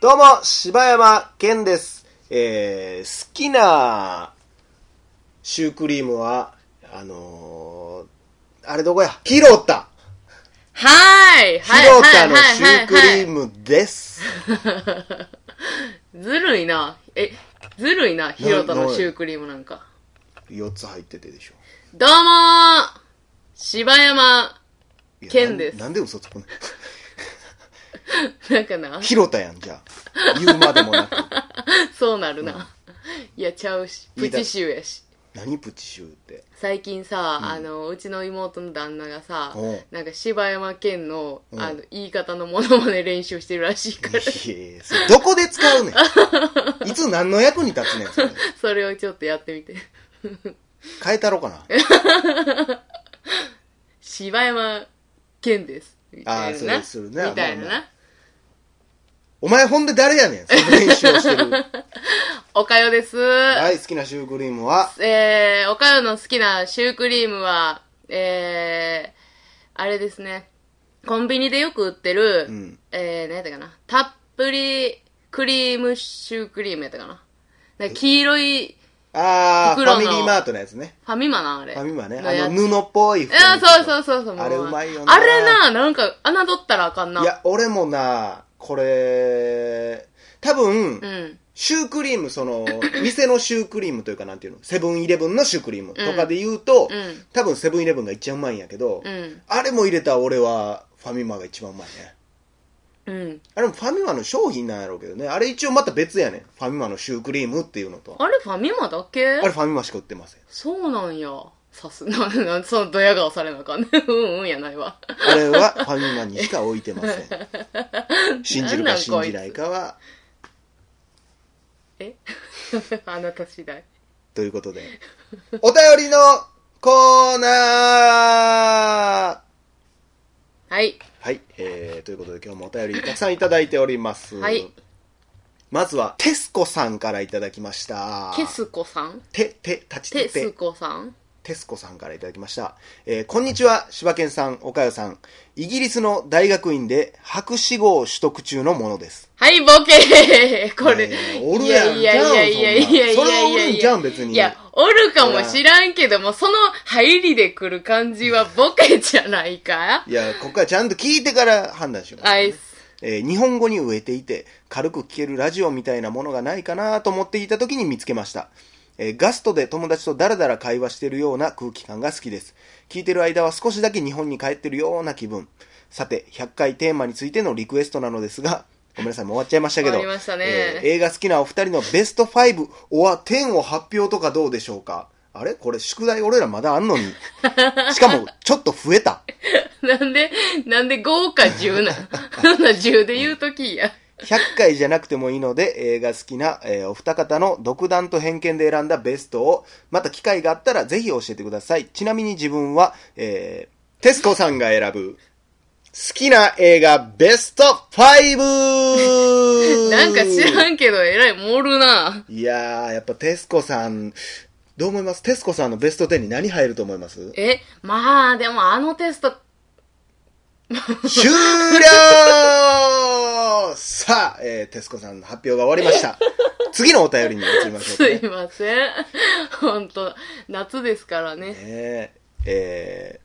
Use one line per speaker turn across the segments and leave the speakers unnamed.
どうも、柴山健です。えー、好きなシュークリームは、あのー、あれどこやヒロタ
はい
ヒ
はい
ロ
は
タ
い
のシュークリ
はい
ームです。
はいずるいな。え、ずるいな、ヒロタのシュークリームなんか。
4つ入っててでしょ。
どうもー柴山、
いや
健です
なんなんで嘘つくの
なんかな、
ヒロタやん、じゃあ。言うまでもなく。
そうなるな。いや、ちゃうし、
言
プ
いた
チシューやし。
何プチシューって。
最近さ、あの、うちの妹の旦那がさ
おう、
なんか柴山健の、
ん
あの、言い方のモノマネ練習してるらしいか
い
ら、
やそれどこで使うねん。いつ何の役に立つねん、それ。
それをちょっとやってみて。
変えたろかな。
柴山健です。みたいな
あーそうですそうですね
みたいな
まあま
な。
お前ほんで誰やねん、その練習をして る。
おかよです。
はい、好きなシュークリームは、
えー、おかよの好きなシュークリームは、えー、あれですね。コンビニでよく売ってる、
うん
えー、何やったかな。たっぷりクリームシュークリームやったかな。なんか黄色い、
あー、フ
袋
ァ
の
ミリーマートのやつね。
ファミマな、あれ。
ファミマね。
のや
あ
つ
の、布っぽい袋
うん、そうそうそうそう。も
あれうまいよな
あれな、なんか、侮ったらあかんな。
いや、俺もな、これ、多分、
うん。
シュークリーム、そ の、店のシュークリームというか、なんていうの、セブンイレブンのシュークリームとかで言うと、
うん
多分セブンイレブンが一番うまいんやけど、
うん。
あれも入れた俺は、ファミマが一番うまいね。
うん。
あれもファミマの商品なんやろうけどね。あれ一応また別やねん。ファミマのシュークリームっていうのと。
あれファミマだけ
あれファミマしか売ってません。
そうなんや。さす、な、な、 そのドヤ顔されなあかんね。 うんうんやないわ。
あれはファミマにしか置いてません。 信じるか信じないかは、
え あなた次第。
ということで。お便りのコーナー
はい。
はい、えー、ということで今日もお便りたくさんいただいております。
はい。
まずは、テスコさんからいただきました。
ケスコさん
て、て、立ち
テ
て
ス
て。
コさん
テスコさんからいただきました。えーこんにちは、柴犬さん、岡代さん。イギリスの大学院で博士号を取得中のものです。
はい、ボケーこれ。
えーおる
い
や
や
ん
いやいやいやいやいやいやいや。
そんなんそれはおるんちゃうん別に
いや、おるかもしらんけども、その入りで来る感じはボケじゃないか
いや、ここはちゃんと聞いてから判断しよう。
はい。
えー日本語に植えていて、軽く聞けるラジオみたいなものがないかなと思っていた時に見つけました。えーガストで友達とダラダラ会話してるような空気感が好きです。聞いてる間は少しだけ日本に帰ってるような気分。さて、100回テーマについてのリクエストなのですが、ごめんなさい、もう終わっちゃいましたけど。
終わりましたね
えー映画好きなお二人のベスト5、オア10を発表とかどうでしょうかあれこれ宿題俺らまだあんのに。しかも、ちょっと増えた。
なんで、なんで5か10なん そんな10で言うときや。
100回じゃなくてもいいので、映画好きな、えーお二方の独断と偏見で選んだベストを、また機会があったらぜひ教えてください。ちなみに自分は、えーテスコさんが選ぶ、好きな映画ベスト 5!
なんか知らんけど、えらい盛るな。
いやー、やっぱテスコさん、どう思いますテスコさんのベスト10に何入ると思います
え、まあ、でもあのテスト、
終了 さあ、えーテスコさんの発表が終わりました。次のお便りに移りましょうか
す
ね、
いません。本当夏ですからね。
ねええー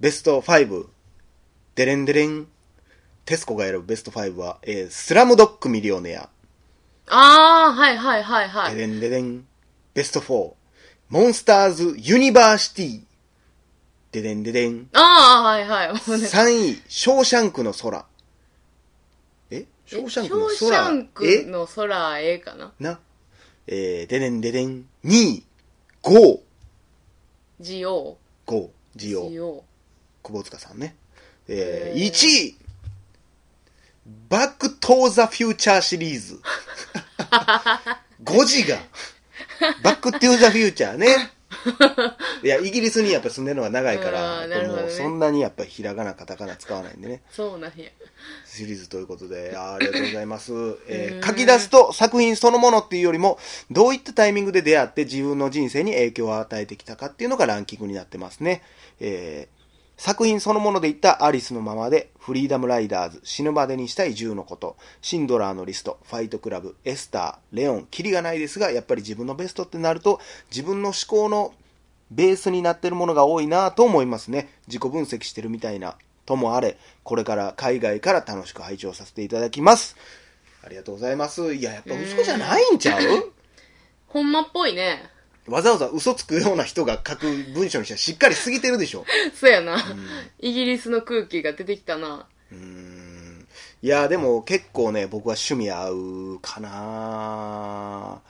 ベスト5、デレンデレン、テスコが選ぶベスト5は、えースラムドッグミリオネア、
ああ、はいはいはいは
デ
い。
レンデレン、ベスト4、モンスターズユニバーシティ、デレンデレン、
ああ、はいはい。もうね
3位、ショーシャンクの空。えショーシャンクの空
ショーシャンク
え
の空、ええかな。
な、えー、デレンデレン、2位、ゴー、
ジオ
ゴー、ジオ
ジオ
窪塚さんね。え
へ
ー、
ー
1位バックトゥーザフューチャーシリー ズ。5時が。バックトゥーザフューチャー ね。いや、イギリスにやっぱ住んでるのが長いから、
あ
や
ー
っぱ
なるほ
も
ど
う
ね
そんなにやっぱひらがな、カタカナ使わないんでね。
そうなんや。
シリーズということで、あーありがとうござい ます。えー書き出すと作品そのものっていうよりも、どういったタイミングで出会って自分の人生に影響を与えてきたかっていうのがランキングになってますね。えー作品そのもので言ったアリスのままで、フリーダムライダーズ、死ぬまでにしたい10のこと、シンドラーのリスト、ファイトクラブ、エスター、レオン、キリがないですが、やっぱり自分のベストってなると、自分の思考のベースになってるものが多いなと思いますね。自己分析してるみたいな、ともあれ、これから海外から楽しく拝聴させていただきます。ありがとうございます。いや、やっぱ嘘じゃないんちゃう
ほんまっぽいね。
わざわざ嘘つくような人が書く文章にしてはしっかり過ぎてるでしょ。
そうやな。イギリスの空気が出てきたな。
うーんいや、でも結構ね、僕は趣味合うかな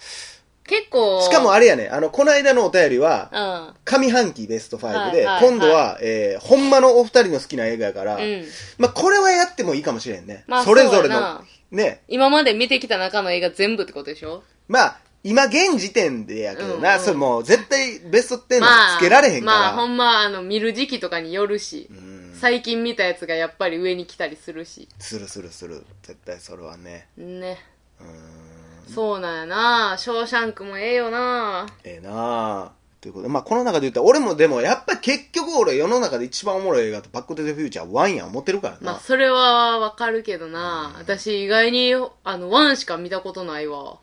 結構。
しかもあれやね、あの、この間のお便りは、
あ
上半期ベスト5で、
はいはいはい
今度は、えー、ほんまのお二人の好きな映画やから、
うん。うん。
まあ、これはやってもいいかもしれんね。
まあ
それぞれ
そうや
の
な、
ね、
今まで見てきた中の映画全部ってことでしょ
まあ、今現時点でやけどな、
うんうん
それもう絶対ベスト10
ま
なんて
あ、
つけられへんから。
まあ、ほんま、あの、見る時期とかによるし、
うん
最近見たやつがやっぱり上に来たりするし。
するするする。絶対それはね。
ね。
うーん。
そうなんやなショーシャンクもええよな
ええなあということで、まあ、この中で言ったら、俺もでも、やっぱ結局俺、世の中で一番おもろい映画と、バックトゥザフューチャーワンやん思ってるからな。
まあ、それはわかるけどな私意外に、あの、ワンしか見たことないわ。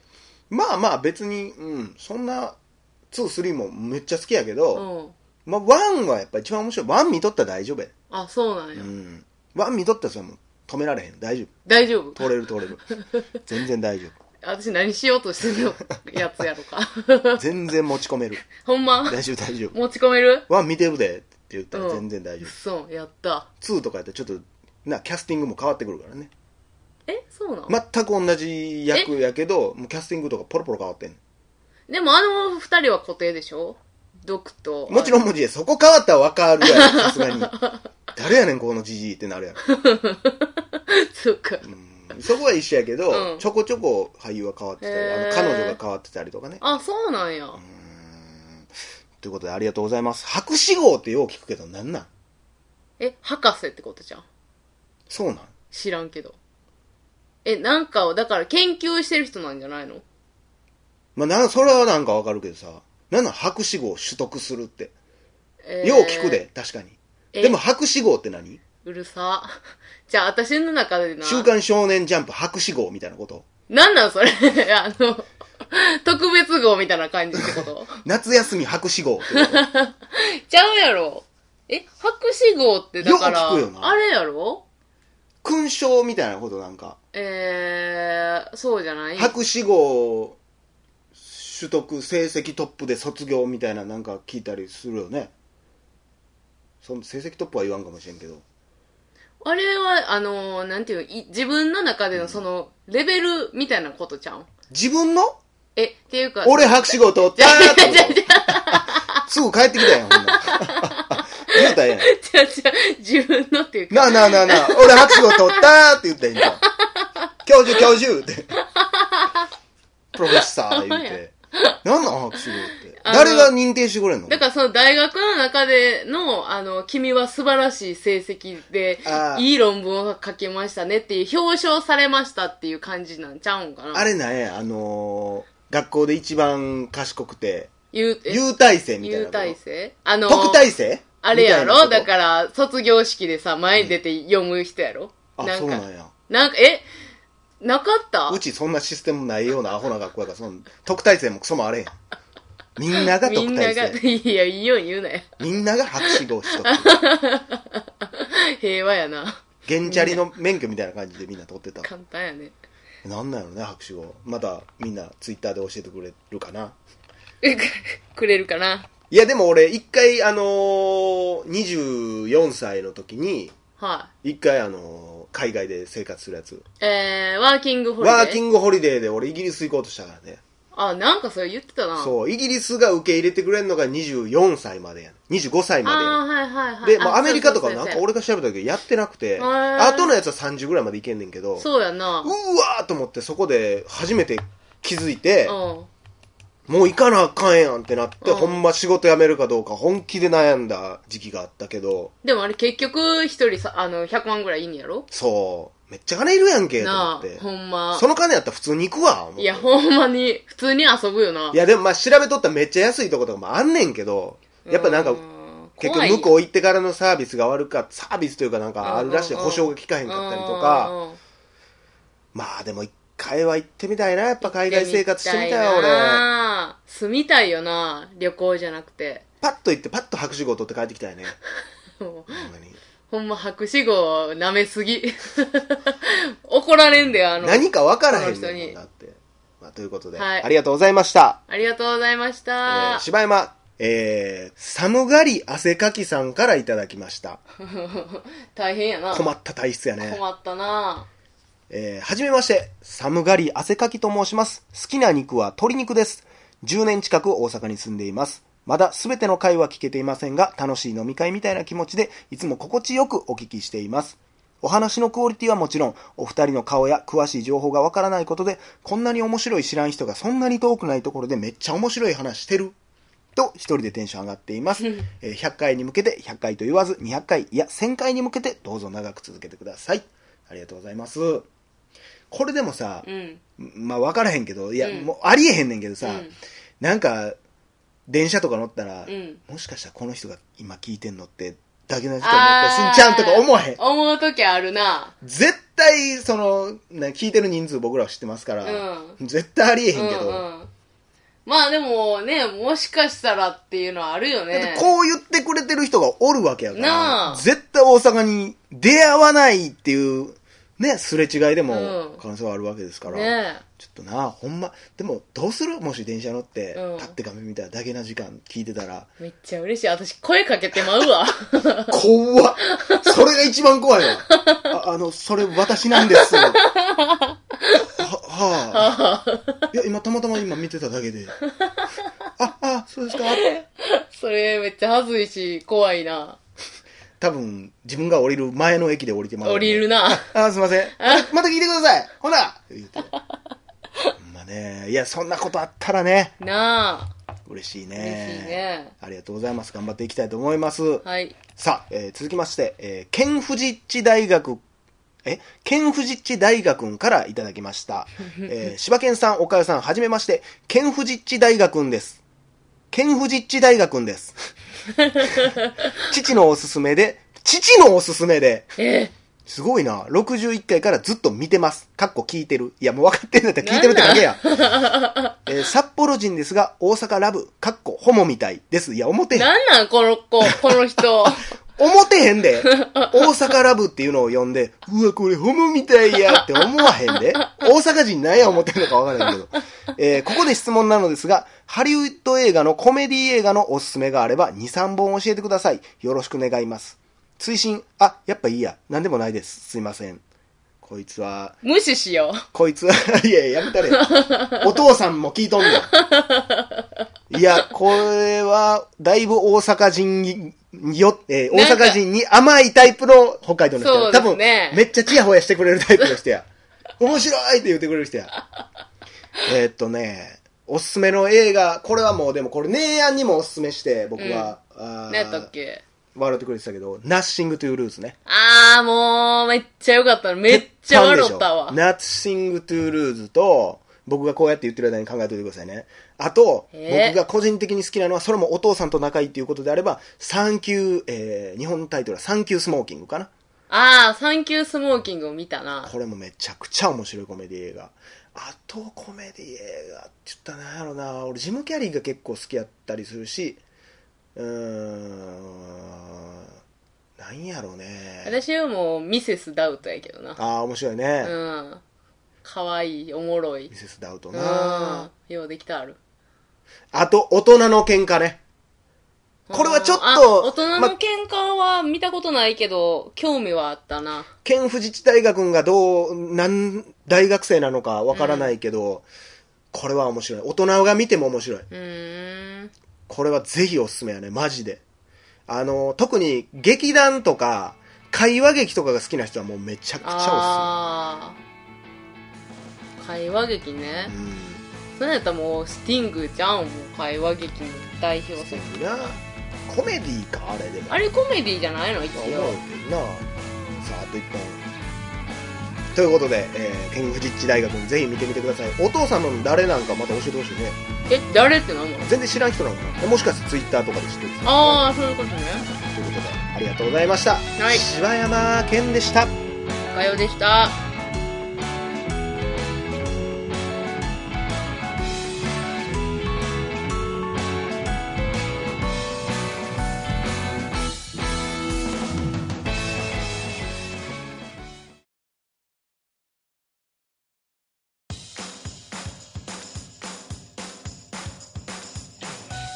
まあまあ、別に、うん、そんな、2、3もめっちゃ好きやけ
う
ど、
ん。
まあ、1はやっぱ一番面白い。1見とったら大丈夫や。
あ、そうなん
う
や。
ん。1見とったらそれもう止められへん。大丈
大丈夫
夫。取れる取れ る。全然大丈
私何しようとしてるよやつやろか。
夫。全然持ち込める。
ほんま
大丈夫大丈
持ち込める
夫。1見てるでって言ったら
うん
全然大丈
そう、やった。
夫。2とかやったらちょっと、な、キャスティングも変わってくるからね。
えそうなの、
全く同じ役やけど、もうキャスティングとかポロポロ変わってん
でもあの二人は固定でしょドクと。
もちろん
あ
文字で、そこ変わったらわかるやろ、 さすがに。誰やねん、このじじいってなるやろ。
の。 そうか。
うんそこは一緒やけど、
うん
ちょこちょこ俳優は変わってたり、あの
へー
彼女が変わってたりとかね。
あ、そうなんや。
ということで、ありがとうございます。博士号ってよう聞くけど、なんなん
え、博士ってことじゃん。
そうなん
知らんけど。え、なんかを、だから研究してる人なんじゃないの
まあ、なんそれはなんかわかるけどさ、なんなん博士号取得するって。
えー
よう聞く。で、確かに。
え
でも、博士号って何
うるさ。 じゃあ、私の中でな。
週刊少年ジャンプ博士号みたいなこと
なんなんそれ あの、特別号みたいな感じってこと
夏休み博士号ってこと
ちゃうやろ。え、博士号ってだから、
よう聞くよな
あれやろ
勲章みたいなことなんか、
えー、そうじゃない
博士号取得成績トップで卒業みたいななんか聞いたりするよねその成績トップは言わんかもしれんけど
あれは、あのーなんていうのい、自分の中でのその、レベルみたいなことちゃうん
自分の
え、っていうか、
俺博士号取ったーって
じゃあじ
こと すぐ帰ってきたやんほんなら 言うたらええ
じゃあじゃあ自分のっていうか、
やんなあなあなあなあ俺博士号取ったーって言ったらええんじゃん教授教授 ってプロフェッサー言うてなんなん博士号って
あの
誰が認定してくれんの
だからその大学の中での、あの、君は素晴らしい成績で
あ、ー
いい論文を書けましたねっていう、表彰されましたっていう感じなんちゃうんかな
あれなんや、あのー学校で一番賢くて、
優え
優待生みたいな
優
こと。
待生あのー
特待生
あれやろだ
ら。
から、卒業式でさ、前に出て読む人やろ、
あ、
なん
そう
か
なんや。
なんか、えなかった
うちそんなシステムないようなアホな学校やから、その特待生もクソもあれへん。みんなが
み
特
んな
待
が、
生。
いや、いいように言うなよ。
みんなが博士号取得。
平和やな。
ゲンチャリの免許みたいな感じでみんな取ってた。
簡単やね。
なんなんやろね、博士号。またみんなツイッターで教えてくれるかな。
くれるかない
や、でも俺、一回、あのー、24歳の時に、
は
一回、あのー海外で生活するやつ。
い。えー、ワーキングホリデー。
ワーキングホリデーで俺イギリス行こうとしたからね。
あ、なんかそれ言ってたな。う。
そう、イギリスが受け入れてくれるのが24歳までやん。25歳までや
あー、はいはい
ん。
はい。
で、もうアメリカとかなんか
俺。
俺が調べた時やってなくて、
へー
後のやつは30ぐらいまで行けんねんけど、う
そうやな。うん。
わーと思ってそこで初めて気づいて、もう行かなあかんやんってなって、
うん
ほんま仕事辞めるかどうか本気で悩んだ時期があったけど、
でもあれ結局、一人さ、あの、100万ぐらいいいんやろ
そう、めっちゃ金いるやんけ、と思
な
っ
あ、
て。
ほんま。
その金やったら普通に行くわ、思って
いや、ほんまに、普通に遊ぶよな。
いやでもまあ調べとったらめっちゃ安いとことかもあんねんけど、やっぱなんか
うーん
結局
怖い
向こう行ってからのサービスが悪かったサービスというかなん
うんうんう
か
ん
あるらしい保証が効かへんかったりと
う
か
んうんうん
まあでも一回は行ってみたいなやっぱ海外生活してみたい
行ってみたい
俺
な住みたいよな旅行じゃなくて
パッと行ってパッと拍手号取って帰ってきたよね
も
ほ
う
んまに
ほんま博士号舐めすぎ 怒られんであの
何か分からへん
この人
ねん
に
もんだって、まあ、ということで、
はい
ありがとうございました、
ありがとうございまし
え
た、
ー、柴山えー、寒がり汗かきさんからいただきました
大変やな
困った体質やね
困ったな
えーはじめまして、寒がり汗かきと申します。好きな肉は鶏肉です。10年近く大阪に住んでいます。まだ全ての回は聞けていませんが、楽しい飲み会みたいな気持ちで、いつも心地よくお聞きしています。お話のクオリティはもちろん、お二人の顔や詳しい情報がわからないことで、こんなに面白い知らん人がそんなに遠くないところでめっちゃ面白い話してる。と、一人でテンション上がっています。えー100回に向けて、100回と言わず、200回、いや、1000回に向けて、どうぞ長く続けてください。ありがとうございます。これでもさ、
うん
まあ分からへんけどいや、
うん
もうありえへんねんけどさ、
うん
なんか電車とか乗ったら、
うん
もしかしたらこの人が今聞いてんのってだけの人になってすんちゃんとか思わへん
思う時あるな
絶対そのな聞いてる人数僕らは知ってますから、
う
絶対ありえへんけど、
うんうん、まあでもねもしかしたらっていうのはあるよ
だっ
ね
てこう言ってくれてる人がおるわけやから
なあ
絶対大阪に出会わないっていうねすれ違いで
うん
も可能性はあるわけですから、
ね
ちょっとなほんまでもどうするもし電車乗って、
うん
立って画面見たらだけな時間聞いてたら
めっちゃ嬉しい私声かけてま うわ
怖っそれが一番怖いわああ のそれ私なん ですははあいや今たまたま今見てただけ でああそうですか
それめっちゃ恥ずいし怖いな
多分自分が降りる前の駅で降りてまうよね
降りるな
あ、すいま せん。また聞いてください。ほな言うて。ほんまね。いや、そんなことあったらね、
なあ
嬉しいね。
嬉しいね
ありがとうございます。頑張っていきたいと思います。
はい
さあ、えー続きまして、えー、ケンフジッチ大学、えケンフジッチ大学んからいただきました。 えー、柴犬さん、岡代さん、はじめまして、ケンフジッチ大学んです。ケンフジッチ大学ん です。父のおすすめで、父のおすすめで、
え
すごいな。61回からずっと見てます。かっこ聞いてる。いや、もう分かってんだったら聞いてるってだけや。 えー札幌人ですが、大阪ラブ、かっこホモみたいです。いや、思ってへん。
なんなんこの子こ の人
思ってへんで。大阪ラブっていうのを呼んで、うわ、これホモみたいやって思わへんで。大阪人なんや思ってんのか分からへんけど。えーここで質問なのですが、ハリウッド映画のコメディ映画のおすすめがあれば、2、3本教えてください。よろしく願います。追伸、あ、やっぱいいや。なんでもないです。すいません。こいつは、
無視しよ
こいつ は、いやいや、やめたれよ。お父さんも聞いとんねん。いや、これは、だいぶ大阪人に、よ、えー
なん
大
か
阪人に甘いタイプの北海道の人
そう
や。
で
多
す
分、
ね
めっちゃチヤホヤしてくれるタイプの人 や。面白いって言ってくれる人や。えーっとね、おすすめの映画、これはもうでも、これ、姉やんにもおすすめして、僕は、あ
う
ー
何やったっけ
笑ってくれてたけど、ナッシングトゥールーズね。
ああもうめっちゃよかっためっちゃ笑ったわ
ナッシングトゥールーズと、僕がこうやって言ってる間に考えておいてくださいね。あと、
えー
僕が個人的に好きなのは、それもお父さんと仲いいということであれば、サンキュー、えー日本のタイトルはサンキュースモーキングかな。
ああサンキュースモーキングを見たな
これもめちゃくちゃ面白いコメディ映画。あと、コメディ映画って言ったらなんやろな。俺、ジム・キャリーが結構好きやったりするし、うーん、なんやろうね。
私はもうミセスダウトやけどな
ああ、面白いね。
うん可愛いおもろい
ミセス・ダウト
う
な。
んようできたある
あと、大人の喧嘩ね。これはちょっと
あ大人の
ま
喧嘩は見たことないけど、興味はあったな
ケンフジチ大学がどう、なん、大学生なのかわからないけど、これは面白い。大人が見ても面白い。
うーん
これはぜひおすすめやね、マジで。あの、特に劇団とか、会話劇とかが好きな人はもうめちゃくちゃ
ああ会話劇ね
おすすめ。うん。
それやったらもうスティングじゃんもう会話劇の代表
素
作
敵な。コメディーか、あれでも。
あれコメディじゃないの一
思うけ
応
どな。さあ、あと一本。ということで、えー、ケンブリッジ大学もぜひ見てみてください。お父様の誰なんかまた教えてほしいね。
え、誰って何なの
全然知らん人なのかなもしかしてツイッターとかで知ってる人
ああ、そういうことね。
ということで、ありがとうございました。
い
柴山健でした。
おかよでした。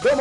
どう